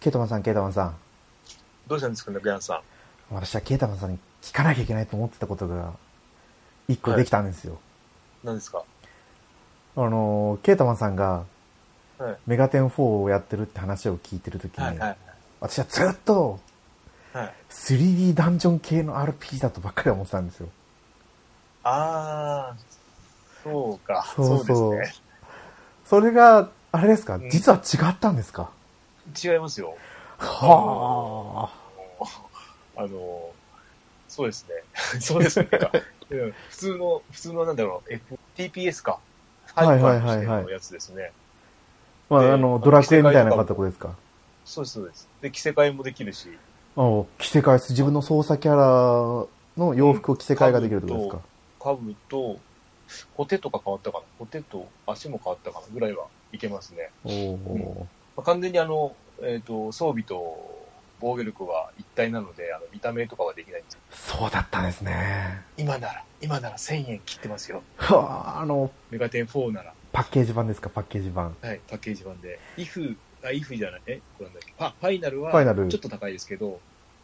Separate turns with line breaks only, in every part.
ケイタマンさん、ケイタマンさん。
どうしたんですかね、グヤンさん。
私はケイタマンさんに聞かなきゃいけないと思ってたことが、一個できたんですよ。
何ですか
あのー、ケイタマンさんが
はい。
メガテン4をやってるって話を聞いてるときに、
はいはい。
私はずっと
はい。
3D ダンジョン系の RPG だとばっかり思ってたんですよ。
あー、そうか。
そ
そうう
そう
です
それが、あれですか、
うん
実は違ったんですか
ね。違いますよ。
はあ。
あの、そうですね。 そうで すね。うん普通の、普通のなんだろう、F、TPS か。
はいはいはいはい
ハイパー規制のやつですね。
ま
で
あ、あの、ドラクエみたいなとこですか。
そうです、そうです。で、着せ替えもできるし。
あ着せ替えす、自分の操作キャラの洋服を着せ替えができるってことですか。
カブと、コテとか変わったかなコテと足も変わったかなぐらいはいけますね。
おお
まあ、完全にあの、えっ、と、装備と防御力は一体なので、あの、見た目とかはできないんですよ
ー、そうだったんですね。
今なら、今なら1000円切ってますよ。
はあ、あの、
メガテン4なら、
パッケージ版ですか、パッケージ版。
はい、パッケージ版で。if、あ、if じゃない、え、これなんだっけ、ファファイナルは、
ファイナル
ちょっと高いですけど、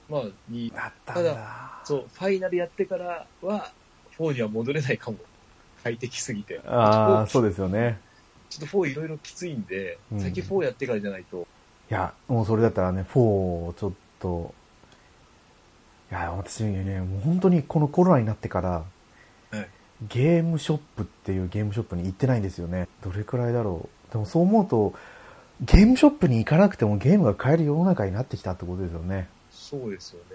まあ、に、
なった
んだたそう、ファイナルやってからは、4には戻れないかも。快適すぎて。
ああ、
ちょ
そ
っ
うですよね。
とちょっと4いろいろきついんで、
うん
先4やってからじゃないと、
いや、もうそれだったらね、4をちょっと、いや、私ね、もう本当にこのコロナになってから、
はい
ゲームショップっていうゲームショップに行ってないんですよね。どれくらいだろう。でもそう思うと、ゲームショップに行かなくてもゲームが買える世の中になってきたってことですよね。
そうですよね。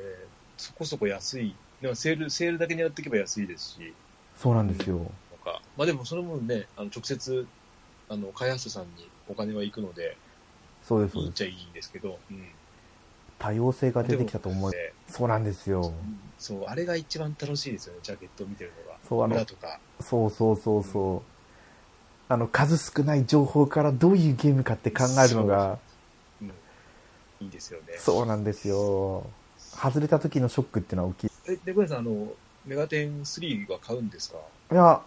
そこそこ安い。でもセール、セールだけ狙っていけば安いですし、
そうなんですよ。
なんか、まあでもその分ね、あの、直接、あの、開発者さんにお金は行くので、
そうです、そう
いいっ
です。
ちゃいいんですけど、うん。
多様性が出てきたと思う。
で
そうなんですよ。
そう、あれが一番楽しいですよね、ジャケットを見てるのが。
そうあの
裏とか。
そうそうそうそう。あの、数少ない情報からどういうゲームかって考えるのが、
うんいいですよね。
そうなんですよ。外れた時のショックっていうのは大きい。
え、で、小林さん、あの、メガテン3は買うんですか
いや、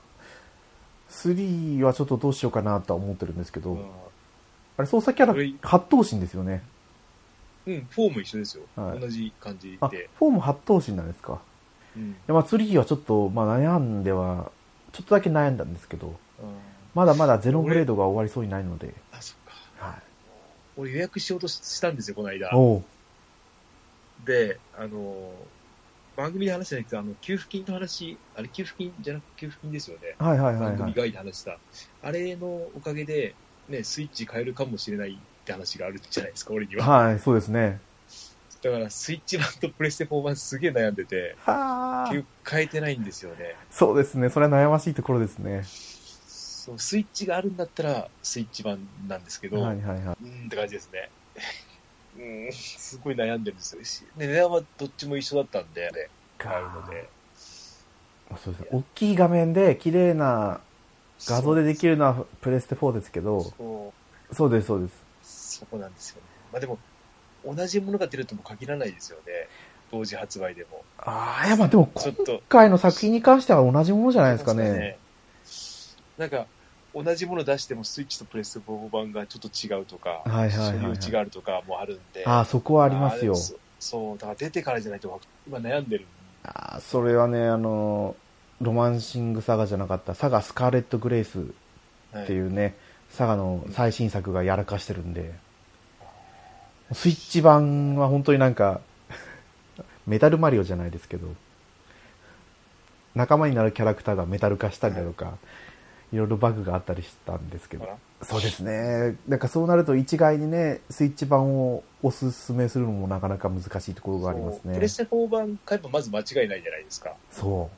3はちょっとどうしようかなとは思ってるんですけど、
うん
あれ操作キャ
これ
ラ、八頭身ですよね。
うん、4も一緒ですよ。
はい
同じ感じ
あ、
で。
4も八頭身なんですか。
うん。
いやまあ、3はちょっと、まあ、悩んでは、ちょっとだけ悩んだんですけど、
うん
まだまだゼログレードが終わりそうにないので、
あ、そっか。
は
俺予約しようとししたんですよ、この間
い。。おう
で、あの、番組で話してないけど、あの、給付金の話、あれ、給付金じゃなく給付金ですよね。
はいはいはい
番
は
組
い。
外で話した。あれのおかげで、ね、スイッチ変えるかもしれないって話があるじゃないですか、俺には。
はい、そうですね。
だから、スイッチ版とプレステ4版すげえ悩んでて、
はあ
給。変えてないんですよね。
そうですね。それは悩ましいところですね。
そう、スイッチがあるんだったら、スイッチ版なんですけど、
はいはいはい。
うーんって感じですね。うーん、すごい悩んでるんですよ。しで、値段はどっちも一緒だったんで、変えるので。
あそうですね。大きい画面で綺麗な画像でできるのはプレステ4ですけど、
そう
そうですそうです。
そこなんですよね。まあでも、同じものが出るとも限らないですよね。同時発売でも。
ああ、いやまあでも
ちょ
今
っと。
回の作品に関しては同じものじゃないですかね。
そうですかね。なんか、同じもの出してもスイッチとプレステ4版がちょっと違うとか、
はいはいはいはい
所有地があるとかもあるんで。
ああ、そこはあります
あ
よ
れ。そそう、だから出てからじゃないとわか今悩んでる。
ああ、それはね、あの、ロマンシングサガじゃなかった、サガスカーレット・グレイスっ
は
ていうね、サガの最新作がやらかしてるんで、スイッチ版は本当になんか、メタルマリオじゃないですけど、仲間になるキャラクターがメタル化したりだとか、いろいろバグがあったりしたんですけど
あ、ら
そうですね。なんかそうなると一概にね、スイッチ版をおすすめするのもなかなか難しいところがあります
そうプレ
ね。
ステ4版買えばまず間違いないじゃないですか。
そ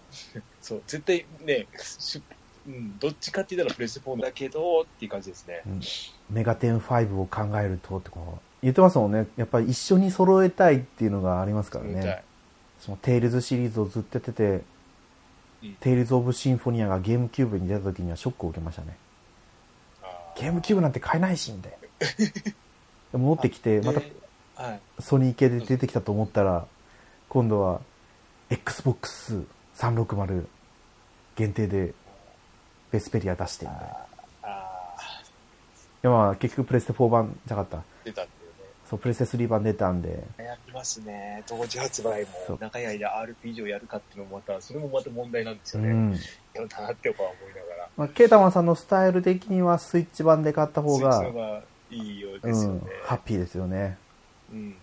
そう、絶対ね、しうん、どっちかって言ったらプレステ4だけど、っていう感じですね
う。。うんメガテン5を考えるとってこう言ってますもんね。やっぱり一緒に揃えたいっていうのがありますから
見た
ね
い。
そのテイルズシリーズをずっとやってて
うん、
テイルズ・オブ・シンフォニアがゲームキューブに出た時にはショックを受けましたね。
あ
ゲームキューブなんて買えないし、みたいな。 で戻ってきて、
ー
また
ではい。
ソニー系で出てきたと思ったら、今度は XBOX360 限定でベスペリア出してみたいな。い
ああ、
やまあ結局プレステ4版じゃなかった。
出たんだよね。
そう、プレステ3版出たんで、
悩みますね。同時発売
そう、
も長い間 RPG をやるかっていうのもまた、それもまた問題なんです
う
よね。
ん。
やるなって僕は思いながら。
まあ、ケータマンさんのスタイル的にはスイッチ版で買った方が、
スイッチの方がいいよう
う
ですよね
ん。、ハッピーですよね。
うん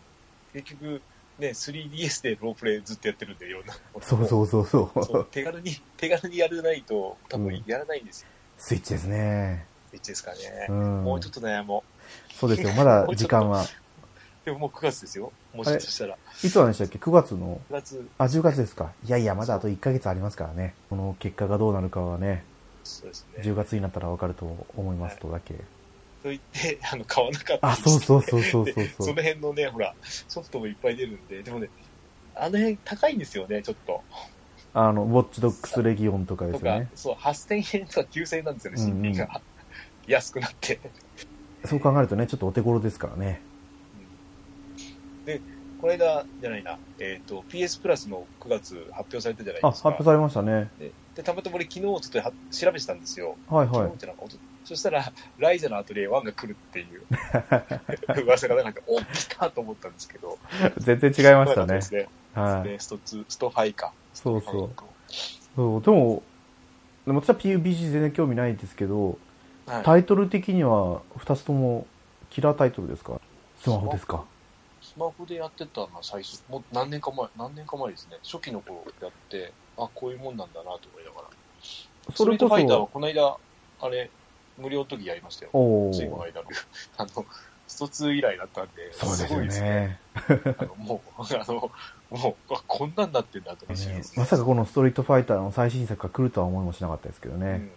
結局、ね、3DS でロープレイずっとやってるんで、いろんなこと
そうそうそうそ。
そう手軽に、手軽にやれないと、多分やらないんですよ。
スイッチですね。
いつですかね
う。ん。
もうちょっと悩も
そうですよ、まだ
もうち
時
ょっと
間は。
う。でももう9月ですよ。もしかしたら。
いつなんでしたっけ ?9 月の、
9月、
あ、10月ですか。いやいや、まだあと1ヶ月ありますからね。この結果がどうなるかはね、
そうですね。
10月になったらわかると思いますとだけ。
と言って、あの、買わなかった
あ、
りして
そうそうそうそう
で
そう
そ
そう
の。辺のね、ほら、ソフトもいっぱい出るんで、でもね、あの辺高いんですよね、ちょっと。
あの、ウォッチドックスレギオンとかで
と
すよ
か
ね、。
そう、8000円とか9000円なんですよね、
うんうん
CD が。安くなって。
そう考えるとね、ちょっとお手頃ですからね。
で、この間じゃないな、えっ、と、PS プラスの9月発表されたじゃない
あ、
で
発
すか。
表されましたね。
でで、たまたま俺昨日ちょっとは調べてたんですよ。
はい
昨
はい
日。ってなんか、おとそしたら、ライザのアトリエ1が来るっていう 噂がなんか、お来たと思ったんですけど。
全然違いまし
そ
た
うなん
ね
で。すね。
はい。
でスト2、スト5か。
そうそ
は
う。そう、でも、でも私は PUBG 全然興味ないですけど、
いはい
タイトル的には2つともキラータイトルですかスマホですか
スマホでやってたのは最初、もう何年か前、何年か前ですね。初期の頃やって、あ、こういうもんなんだなと思いなが
そ
ら。
れこ
ストリートファイターは
そ、
この間、あれ、無料の時やりましたよ。
おお
ついこの
そ
間の。 あの、スト2以来だったんで、
うです
ご
よ
いですね。
ね。
あのもう、あの、もう、あこんなんなってんだって思い
ね
ます
まさかこのストリートファイターの最新作が来るとは思いもしなかったですけど
う
ね。
ん。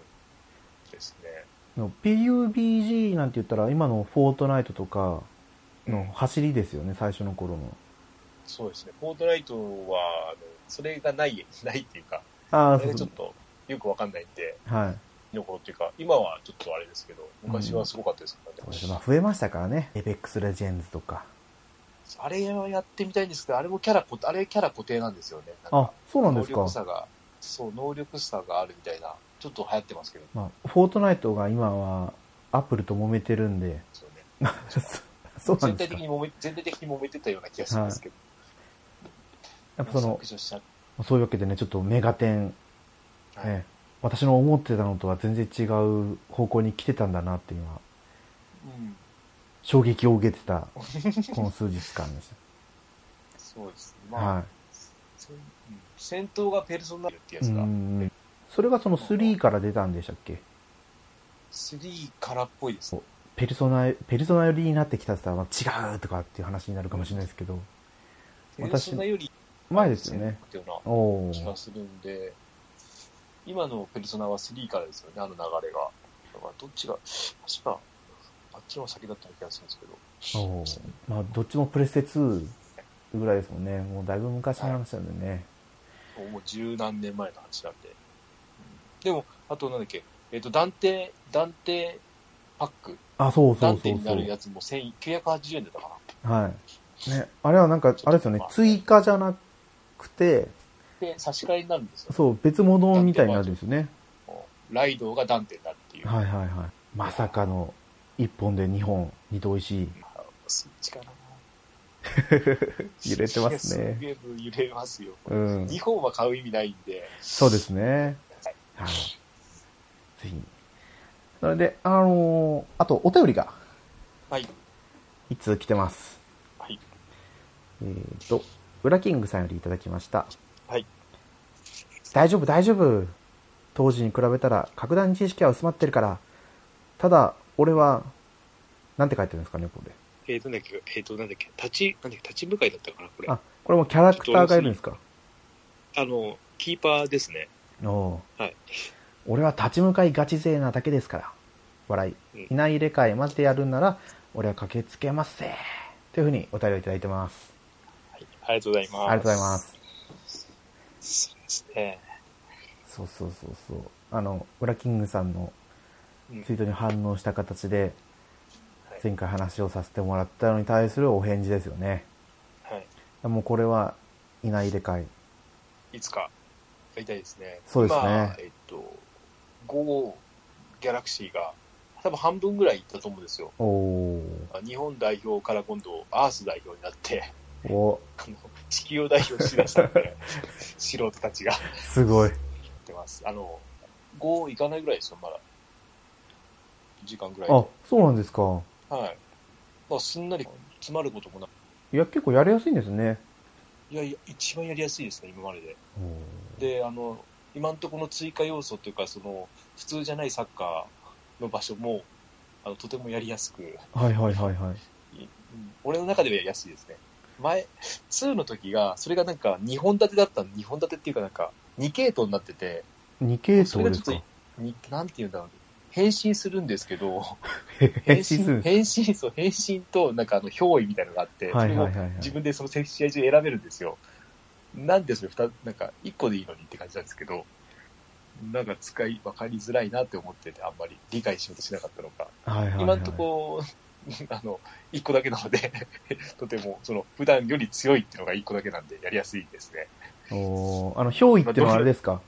ですね。
でも PUBG なんて言ったら今のフォートナイトとか
う
の
ん
走りですよね、最初の頃の。
そうですね。フォートナイトは、あのそれがない、ないっていうか、
あ
あ
あ、
れ
そ
が
う
ち
そ
ょっ
う。
とよくわかんないんで、
はい。
の頃っていうか、今はちょっとあれですけど、昔はすごかったですから
そう
ね
です。まあ増えましたからね。エベックスレジェンズとか。
あれはやってみたいんですけど、あれもキャラこ、あれキャラ固定なんですよね。なんか
あ、そうなんです
能
か
力。差が、そう、能力差があるみたいな、ちょっと流行ってますけど、
まあ、フォートナイトが今はアップルと揉めてるんで。
そうね、
そうなん
全
です
体的
か。
に揉め、全体的に揉めてたような気がするんですけど、
やっぱその
削、除しちゃっ
そういうわけでね、ちょっとメガテン、
たはい
ね、私の思ってたのとは全然違う方向に来てたんだなって今、
うん、
衝撃を受けて た、この数日間でし
そうですね。
た。
まあ、
はい。
そううん戦闘がペルソナルってや
う
つが、
んそれがその3から出たんでしたっけ
3からっぽいですね。
ペルソナ、ペルソナ寄りになってきたって言ったら、まあ違うとかっていう話になるかもしれないですけど、
ペルソナより
前ですよね。
っていうよう
お
な気が
ー
するんで、今のペルソナは3からですよね、あの流れが。だからどっちが、確か、あっちの方が先だったような気がするんですけど。
おーまあ、どっちもプレステ2ぐらいですもんね。もうだいぶ昔の話なんでね。
もう十何年前の話なんで。うんでも、あとなんだっけ、えっ、と、断定、断定パック、
あ、そうそう
断
そ
定
う
に
そ
なる
う。
やつも1980円だったか
はい。ね、あれはなんか、あれですよね、追加じゃなくて、
な。で、差し替えになるんですよ。
そう、別物みたいになるんですよね。
ライドウが断定になるっていう。
はいはいはい。まさかの、1本で2本、二度おいしい。
スイッチかな。
揺れてますね
いやすげえ揺れますよ。
うん。
日本は買う意味ないんで。
そうですね。はい。ぜひ。それで、あのーあと、お便りが、
はい。
いつ来てます。
はい。
えっ、と、ウラキングさんよりいただきました。
はい。
大丈夫、大丈夫。当時に比べたら、格段に知識は薄まってるから。ただ、俺は、なんて書いてるんですかね、これ。
えっ、と、なんだっけ、えっ、と、なんだっけ、立ち、なんだっけ、立ち向かいだったかな、これ。
あ、これもキャラクターがいるんですか。
あの、キーパーですね。
おう
はい
俺は立ち向かいガチ勢なだけですから。笑い。
うん
いない入れ替え、マジでやるんなら、俺は駆けつけますぜ。というふうにお便りをいただいてます。
はい。ありがとうございます。
ありがとうございま。す。
そうですね。
そうそうそうそう。あの、ウラキングさんの
うん
ツイートに反応した形で
はい、
前回話をさせてもらったのに対するお返事ですよね。
はい。
もうこれは、いない入れ替え。
いつかやりたいですね。
そうですね
今えっと、GO ギャラクシーが多分半分ぐらい行ったと思うんですよ。
おお
あ日本代表から今度、アース代表になって、
お
あの地球を代表しだしたん で、素人たちがや
すごい。
ってます。あの、5行かないぐらいですよ、まだ。時間ぐらいで。
あ、そうなんですか。
はい。まあ、すんなり詰まることもない。
いや、結構やりやすいんですね。
いやいや、一番やりやすいですね、今までで。
おー
で、あの、今んとこの追加要素というか、その、普通じゃないサッカーの場所も、あの、とてもやりやすく、
はいはいはいはい。
いうん俺の中ではやりやすいですね。前、2の時が、それがなんか2本立てだったの、2本立てっていうかなんか、2系統になってて、
二系
そ
統
れが
で
ち
す
ょっと
か。
に、なんて言うんだろう。変身するんですけど、
変身するんです
変身、変身そう、変身と、なんかあの、憑依みたいなのがあって、
はいはい
それを
はいはい。
自分でその試合中選べるんですよ。なんでそれ二つ、なんか一個でいいのにって感じなんですけど、なんか使い分かりづらいなって思ってて、あんまり理解しようとしなかったのか。
はいはいはい、
今んとこ、 あの、一個だけなので、 とても、その、普段より強いっていうのが一個だけなんで、やりやすいですね。
おーあの、憑依ってのはあれですか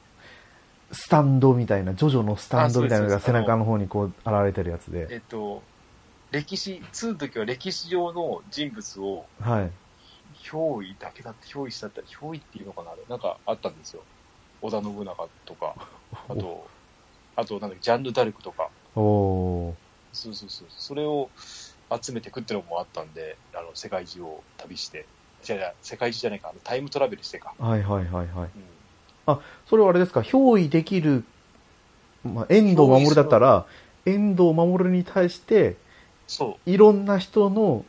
スタンドみたいな、ジョジョのスタンドみたいなのが
あそ
背
うです
中の方にこう、現れてるやつで。
えっと、歴史、2の時は歴史上の人物を、
はい。
憑依だけだって、憑依したった、憑依っていうのかなあれ、なんかあったんですよ。織田信長とか、あと、あと、なんだっけジャンヌ・ダルクとか、
おお
そうそうそう、それを集めていくっていうのもあったんで、あの、世界中を旅して、じゃあ、世界中じゃないか、あのタイムトラベルしてか。
ーはいはいはいはい。
うん。
それはあれですか憑依できる、まあ、遠藤守だったら、遠藤守に対して、
そう。
いろんな人の、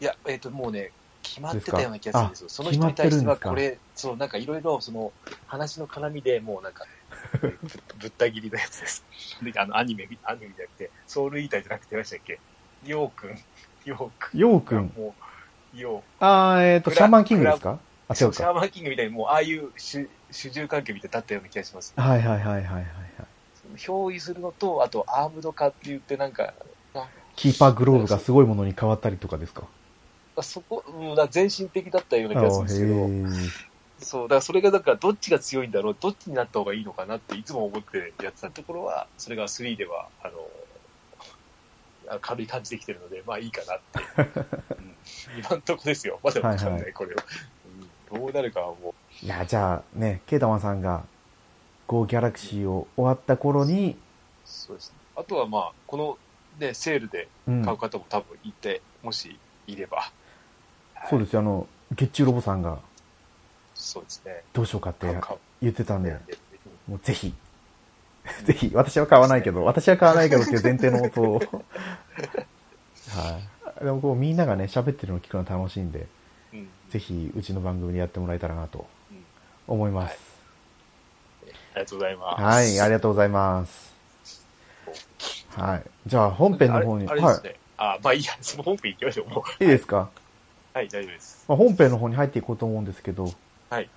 いや、えっ、と、もうね、決まってたような気がするんですよ。その
決
人
まっ
に
てるん
対
で
し
す
て
か
は、これ、そう、なんかいろいろ、その、話の絡みでもうなんか、ぶ ぶった切りのやつです。であの、アニメ、アニメじゃなくて、ソウルイーターじゃなくて、何でしたっけりょうくん、りょうくん。
ようくん。
もう、よ
あー、えっ、と、
クラ
シャーマンキングですかあ、
う、
違
シャ
うか。
ーマンキングみたいに、もう、ああいう主主従関係みたいになったような気がします。
はいはいはいはいはいはい。
憑依するのと、あと、アームド化って言って、なんか、
キーパーグローブがすごいものに変わったりとかですか
そこ、うん、だ全身的だったような気がするんですけ
あ
ど、
ーへー
そう、だからそれがだからどっちが強いんだろう、どっちになった方がいいのかなっていつも思ってやってたところは、それが3では、あの、あ軽い感じできてるので、まあいいか なって。うん、今んとこですよ。まだわかんない、
はいは
これは、うんどうなるかはも
いや、じゃあね、ケイタマンさんが、GO ギャラクシーを終わった頃に、
う、そうですね。あとはまあ、この、ね、セールで
うん
買う方も多分いて、もしいれば、
そうですよ、あの、月中ロボさんが
そうですね。
どうしようかって
買うか
言ってたんで、
うん
もうぜひ、 ぜひ、私は買わないけど、私は買わないけどっていう前提のもと、 はい。でもこう、みんながね、喋ってるのを聞くのは楽しいんで、
うん
ぜひ、うちの番組でやってもらえたらなと
うん
思います。
ありがとうございます。
はい、ありがとうございます。はい。じゃあ、本編の方に、
あれあれ
は
ですね。あ、まあいいや、その本編行きましょう。も
い。いいですか
うはい、大丈夫です。
まあ、本編の方に入っていこうと思うんですけど、
はい。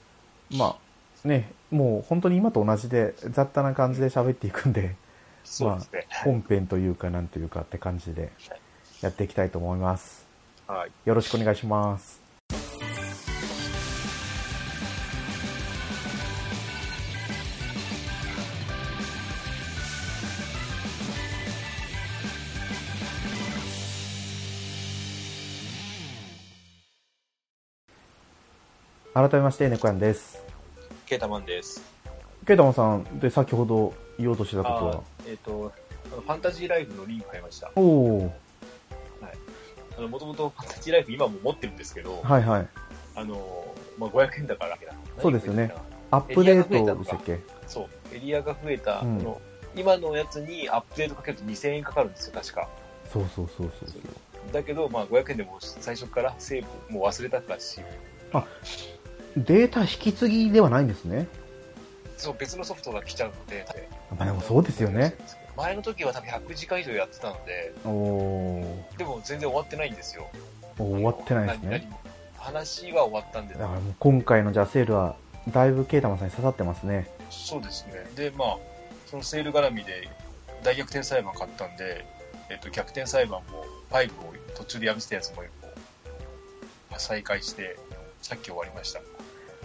まあ、ね、もう本当に今と同じで、雑多な感じで喋っていくんで、
そうですね。
本編というかなんというかって感じでやっていきたいと思います。
はい。
よろしくお願いします。改めまして、猫やんです。
ケータマンです。
ケイタマンさんで先ほど言おうとしてたこと
あ
は。
えっ、と、あのファンタジーライフのリンク買いました。
おお
あの、もともとファンタジーライフ今も持ってるんですけど、
ー、はいはい。
あの、まあ、500円だからだけだ。
そうですよね
何がいいか
アップデートでしたっけ
な。そう。エリアが増えた、
うん
あの今のやつにアップデートかけると2000円かかるんですよ、確か。
そうそうそうそうそう。
だけど、まあ、500円でも最初からセーブ、もう忘れたからし、
データ引き継ぎではないんですね。
そう、別のソフトが来ちゃうので、
まあでもそうですよね。。
前の時は多分100時間以上やってたので、
おお
でも全然終わってないんですよ。
ー終わってないですね。
何。何も話は終わったんで
だ、からもう今回のじゃあセールは、だいぶケイタマンさんに刺さってますね。
そうですね。で、まあ、そのセール絡みで大逆転裁判買ったんで、えっと、逆転裁判も、5を途中でやめてたやつも、まあ再開して、さっき終わりました。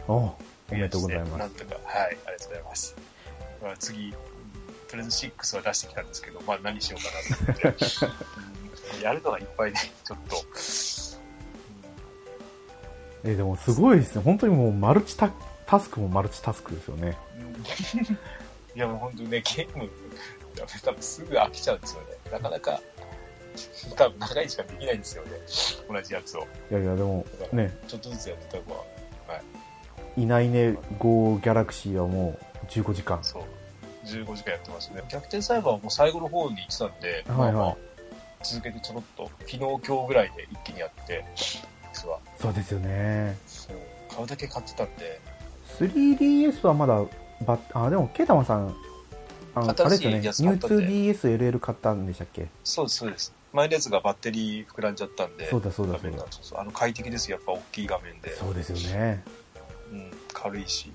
おおおめでとうござい
な
ま
んとか、はい、ありがとうございます。まあ、次、とりあえず6は出してきたんですけど、まあ何しようかなと思 って、うんやるのがいっぱいで、ちょっと、
えでもすごいですね本当にもうマルチタタスクもマルチタスクですよね
うん いやもう本当ね、ゲーム、多分すぐ飽きちゃうんですよね。なかなか、多分長い時間できないんですよね。同じやつを。
いやいやでもね
ちょっとずつやってた方が、
いないね GO ギャラクシーはもう15時間
そう、15時間やってましたね。逆転裁判はもう最後の方に行ってたんで、
はいはい
まあまあ続けてちょろっと、昨日今日ぐらいで一気にやって、実は。
そうですよね
そう、買うだけ買ってたんで、
3DS はまだバッあでもケイタマさんあのあれで
新し
す
い
よねニ
やつ買
ュ
っ
ー
たんで
2DSLL 買ったんでしたっけ
そうです、そうです。前のやつがバッテリー膨らんじゃったんで、
そうだそうだ
画
そう
面
だ
がそうそうあの快適ですよ、やっぱ大きい画面で。
そうですよね
うん、軽いし。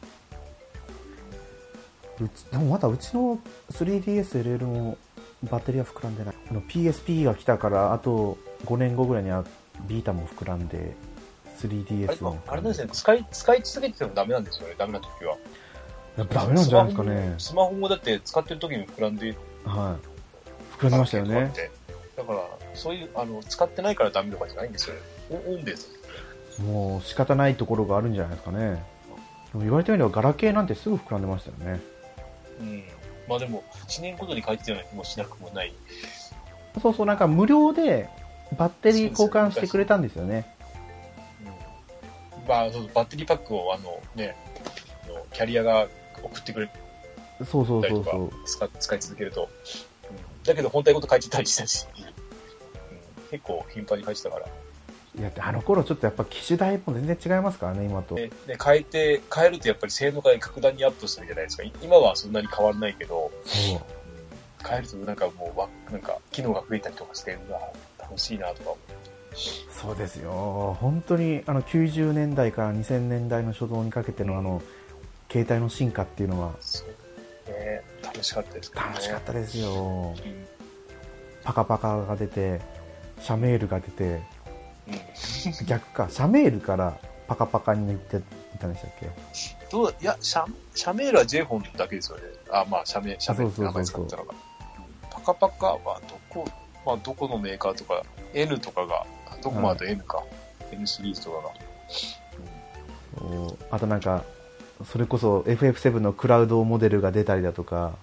うちでもまだうちの 3DSLL もバッテリーは膨らんでないあの PSP が来たからあと5年後ぐらいにはビータも膨らんで
あれ
3DS も
あれなんですね、使い、使い続けててもダメなんですよね、ダメな時は。
やっぱダメなんじゃないですかね
スマホもスマホもだって使ってる時に膨らんで、
はい膨らみましたよね
だから、そういう、あの、使ってないからダメとかじゃないんですよね。オンオンです。
もう仕方ないところがあるんじゃないですかねでも言われてみればガラケーなんてすぐ膨らんでましたよね
うん。まあでも、1年ごとに帰ってたような気もしなくもない。
そうそうなんか無料でバッテリー交換してくれたんですよね
うん。まあ、そうバッテリーパックを、あの、ね、あのキャリアが送ってくれ
そうそう
たり
そ
と
う
か
そう、
使使い続けると。うんだけど、本体ごと帰ってたりしたし。うん結構頻繁に帰ってたから。
いやあの頃ちょっとやっぱ機種代も全然違いますからね今と
でで変えて、変えるとやっぱり性能が格段にアップするじゃないですか。い今はそんなに変わらないけど、
そう
変えるとなんかもうわ、なんか機能が増えたりとかして、うわ、楽しいなとか思
そうですよ本当にあの90年代から2000年代の初動にかけてのあの携帯の進化っていうのは
う。ね、楽しかったですけどね。
楽しかったですよ
うん。
パカパカが出てシャメールが出て
うん
逆かシャメールからパカパカに行っていたんでしたっけ
どういや、シャ、シャメールは J ホンだけですよね。あ、まあ、シャメ、シャメールって名前使ったのが。パカパカはどこ、まあ、どこのメーカーとか、N とかが、ドコモだと N か、N シリーズとかが。
そうあとなんかそれこそ FF7 のクラウドモデルが出たりだとか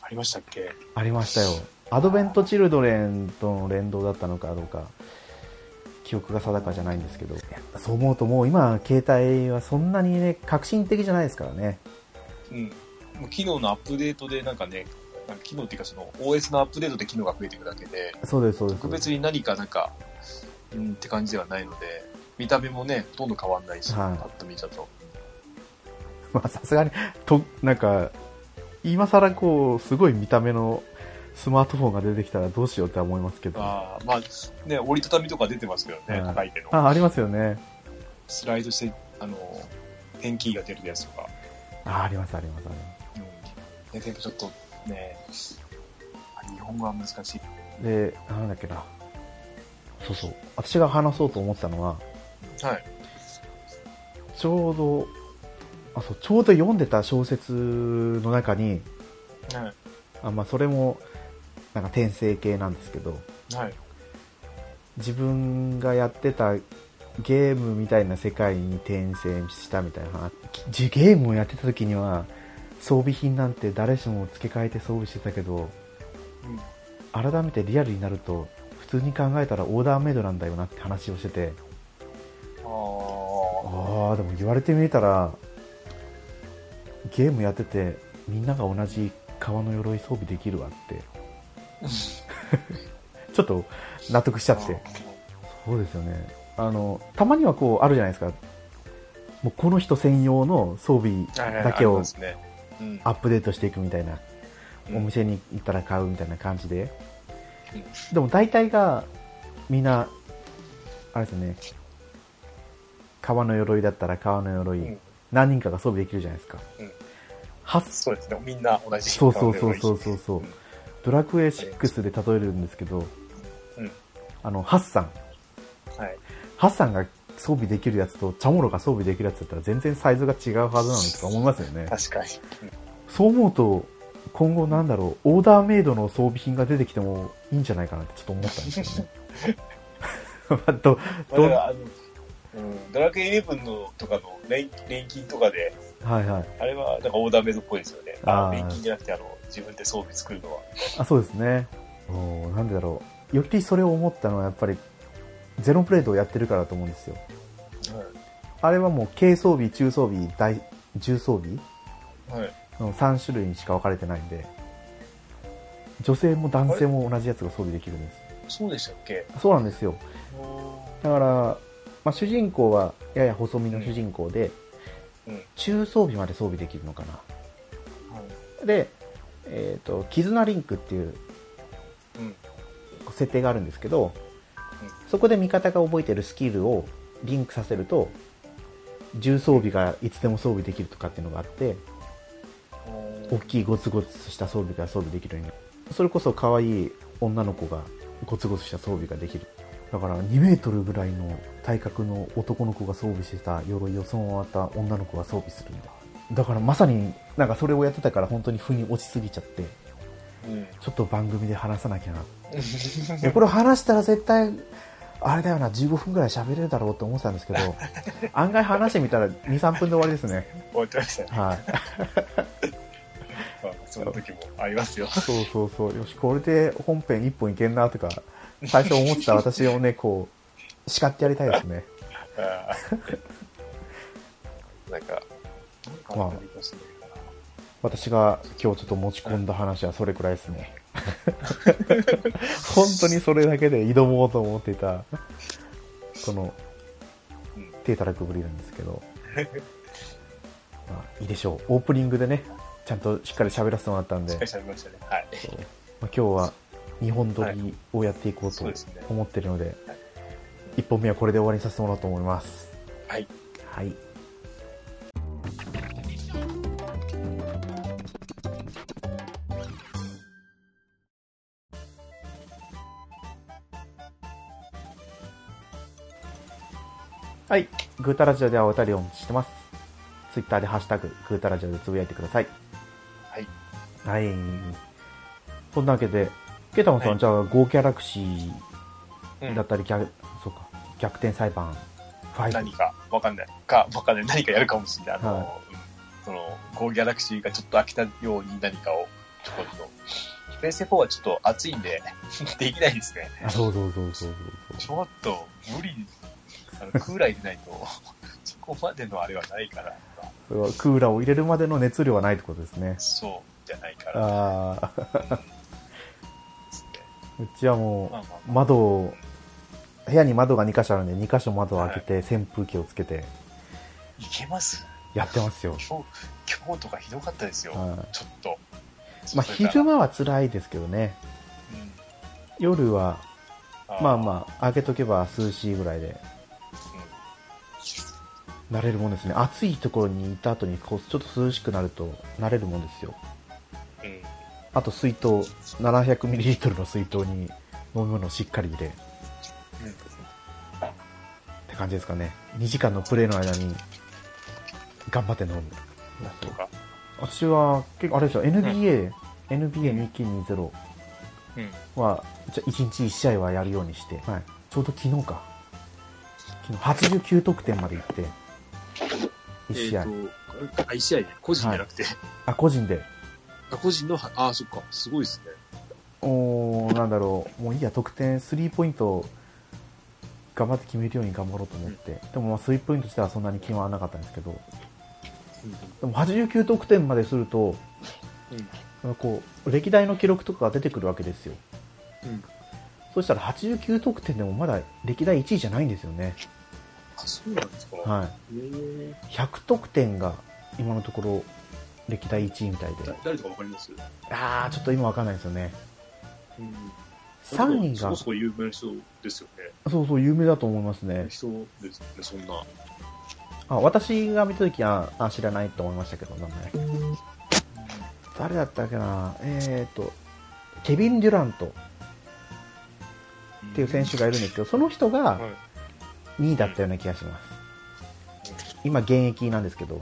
ありましたっけ
ありましたよアドベント・チルドレンとの連動だったのかどうか記憶が定かじゃないんですけどそう思うともう今携帯はそんなにね革新的じゃないですからね
うん、もう機能のアップデートで、なんかね、なんか機能っていうか、その OS のアップデートで機能が増えていくだけで、
そうですそうです
特別に何か、なんか、うんって感じではないので、見た目もね、ほとんど変わんないし、
はい
パッと見ちゃうと。
まあさすがにとなんか今更こうすごい見た目のスマートフォンが出てきたらどうしようって思いますけどあ
まあ、まあ、ね、折りたたみとか出てますけどね、
うん
高い手の。
ありますよね
スライドして、あの、ペンキーが出るやつとか。
あありますありますあります
うん。ね、でもちょっとね、あ日本語は難しい。
で、なんだっけな。そうそう。私が話そうと思ってたのは、
はい。
ちょうど、あ、そう、ちょうど読んでた小説の中に、
は
あ、まあ、それも、なんか転生系なんですけど、
い。はい。
自分がやってたゲームみたいな世界に転生したみたいな話じゲームをやってた時には、装備品なんて誰しも付け替えて装備してたけど、
うん。
改めてリアルになると、普通に考えたらオーダーメイドなんだよなって話をしてて、
あ
ああでも言われてみたらゲームやっててみんなが同じ革の鎧装備できるわって ちょっと納得しちゃ
あ。
ってそうですよねあのたまにはこうあるじゃないですかもうこの人専用の装備だけ
あり
を
ますねうん
アップデートしていくみたいな
うん
お店に行ったら買うみたいな感じで
うん
でも大体がみんなあれですよね革の鎧だったら革の�鎧、
うん
何人かが装備できるじゃないですか、
うん
発
そうですね、みんな同じ。
そうそうそうそうそうそうドラクエ6で例えるんですけど、
うん
あのハッサン
はい。
ハッサンが装備できるやつとチャモロが装備できるやつだったら全然サイズが違うはずなのにとか思いますよね
確かに。
そう思うと今後なんだろう、オーダーメイドの装備品が出てきてもいいんじゃないかなってちょっと思ったんですけどね。 まあど
まあだからあの、うん、ドラクエイレブンのとかの錬錬金とかで、
はいはい。
あれはなんかオーダーメイドっぽいですよね。あ
あー
の錬金じゃなくてあの、自分で装備作るのは。
あ、そうですね。おーなんでだろう。よりそれを思ったのはやっぱり、ゼロプレートをやってるからだと思うんですよ。あれはもう軽装備、中装備、大、重装備
はい。はい。
の3種類にしか分かれてないんで、女性も男性も同じやつが装備できるんです。
そうでしたっけ
そうなんですよ。
は
だから、まあ、主人公はやや細身の主人公で、
うん
中装備まで装備できるのかな。
い
で、えっ、と、絆リンクっていう
うん。
設定があるんですけど
うん、
そこで味方が覚えてるスキルをリンクさせると、重装備がいつでも装備できるとかっていうのがあって、大きいゴツゴツした装備が装備できるようになるそれこそ可愛い女の子がゴツゴツした装備ができるだから2メートルぐらいの体格の男の子が装備してた鎧をそのままた女の子が装備するんだだからまさになんかそれをやってたから本当に腑に落ちすぎちゃって
うん。
ちょっと番組で話さなきゃないやこれ話したら絶対あれだよな15分ぐらい喋れるだろうと思ってたんですけど案外話してみたら23分で終わりですね
終わってましたね。
はい
まあその時もありますよ。
そうそうそう。よし、これで本編一本いけんなとか、最初思ってた私をね、こう、叱ってやりたいですね。
あーなんか、
まあ
なんかあったりもしないかな
私が今日ちょっと持ち込んだ話はそれくらいですね。 本当にそれだけで挑もうと思っていた、この
うん、
手たらくぶりなんですけど。まあ、いいでしょう。オープニングでね、ちゃんとしっかり喋らせてもらったんで、
し
ま
っかり喋りましたね。は
あ、
い。
今日は日本撮りをやっていこうと
そうですね。
思ってるので
はい、
1本目はこれで終わりにさせてもらおうと思います。
はい。
はい。はい。グータラジオではお便りをお待ちしてます。ツイッターでハッシュタグ、グータラジオでつぶやいてください。
はい。
はい。そんなわけで、ケタモンさん、
はい
じゃあ、ゴーギャラクシー
うん
だったり、逆そうか逆転裁判5
何かわかんないか、わかんない、何かやるかもしれない。あの、
は
うんその、ゴーギャラクシーがちょっと飽きたように何かをちょこっと。スペース4はちょっと暑いんで、 できないですね。
あそうそうそうそう
ち
そう
ょっと無理あの、クーラー入れないと、そこまでのあれはないから、
それはクーラーを入れるまでの熱量はないってことですね
そうじゃないから。
ああ
ですね
うちはも
まあまあ
う窓を部屋に窓が2箇所あるんで2箇所窓を開けて扇風機をつけて
いけます
やってますよ、
今日、今日とかひどかったですよ。
は
ちょっと。
いまあ、昼間は辛いですけどね
うん
夜は
あ
まあ
あ
まあ開けとけば涼しいぐらいで慣れるもんですね暑いところにいた後にこうちょっと涼しくなると慣れるもんですよ
ー。うん。うん
あと水筒 700ml の水筒に飲み物をしっかり入れって感じですかね2時間のプレイの間に頑張って飲む
とか。
私は結構あれですよ NBA、NBA2920
うん。
はじゃ1日1試合はやるようにして、はいちょうど昨日か昨日89得点までいって1試合、
えっ、と、あ、1試合ね。個人じゃなくて。
あ個人で
あ個人のは、あ、そっか。すごいですね。
おーなんだろうもういいや得点スリーポイント頑張って決めるように頑張ろうと思って、でもまあスリーポイントしたらそんなに決まらなかったんですけどでも89得点まですると
うん。
こう歴代の記録とかが出てくるわけですよ
うん。
そしたら89得点でもまだ歴代1位じゃないんですよね、
あ、そうなんですか。
は
えー
い、100得点が今のところ歴代1位みたいで
だ誰とかわかります
ああちょっと今わかんないですよね
うん。
3位
そ
が
こそこ有名な人ですよ
そうそう有名だと思います
ね
ね。
人ですね、そんな。
あ私が見た時はあ知らないと思いましたけど名前誰だったっけなえっ、とケビン・デュラントっていう選手がいるんですけどその人が
はい
2位だったような気がします今現役なんですけど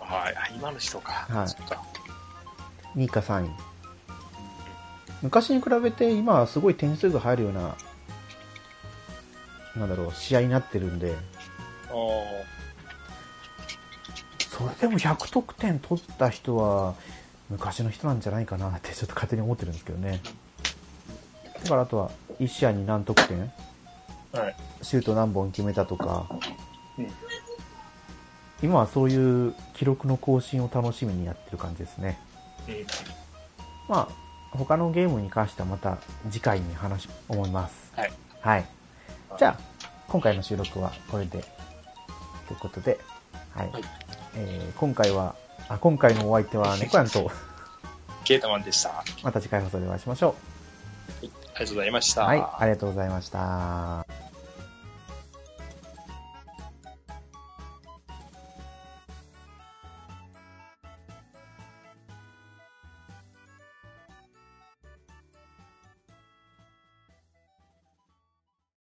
はい。あ、今の人か。
はい
そっか。
2位か3位昔に比べて今はすごい点数が入るようななんだろう試合になってるんで
ああ。
それでも100得点取った人は昔の人なんじゃないかなってちょっと勝手に思ってるんですけどねだからあとは1試合に何得点
はい。
シュート何本決めたとか
うん
今はそういう記録の更新を楽しみにやってる感じですね
え
まあ他のゲームに関してはまた次回に話し思います
はい、
はい、じゃあ今回の収録はこれでということで、はい
はい
えー今回はあ今回のお相手は猫やんと
ケータマンでした。
また次回放送でお会いしましょ
ありがとうございまし
う、
た。
はい、ありがとうございました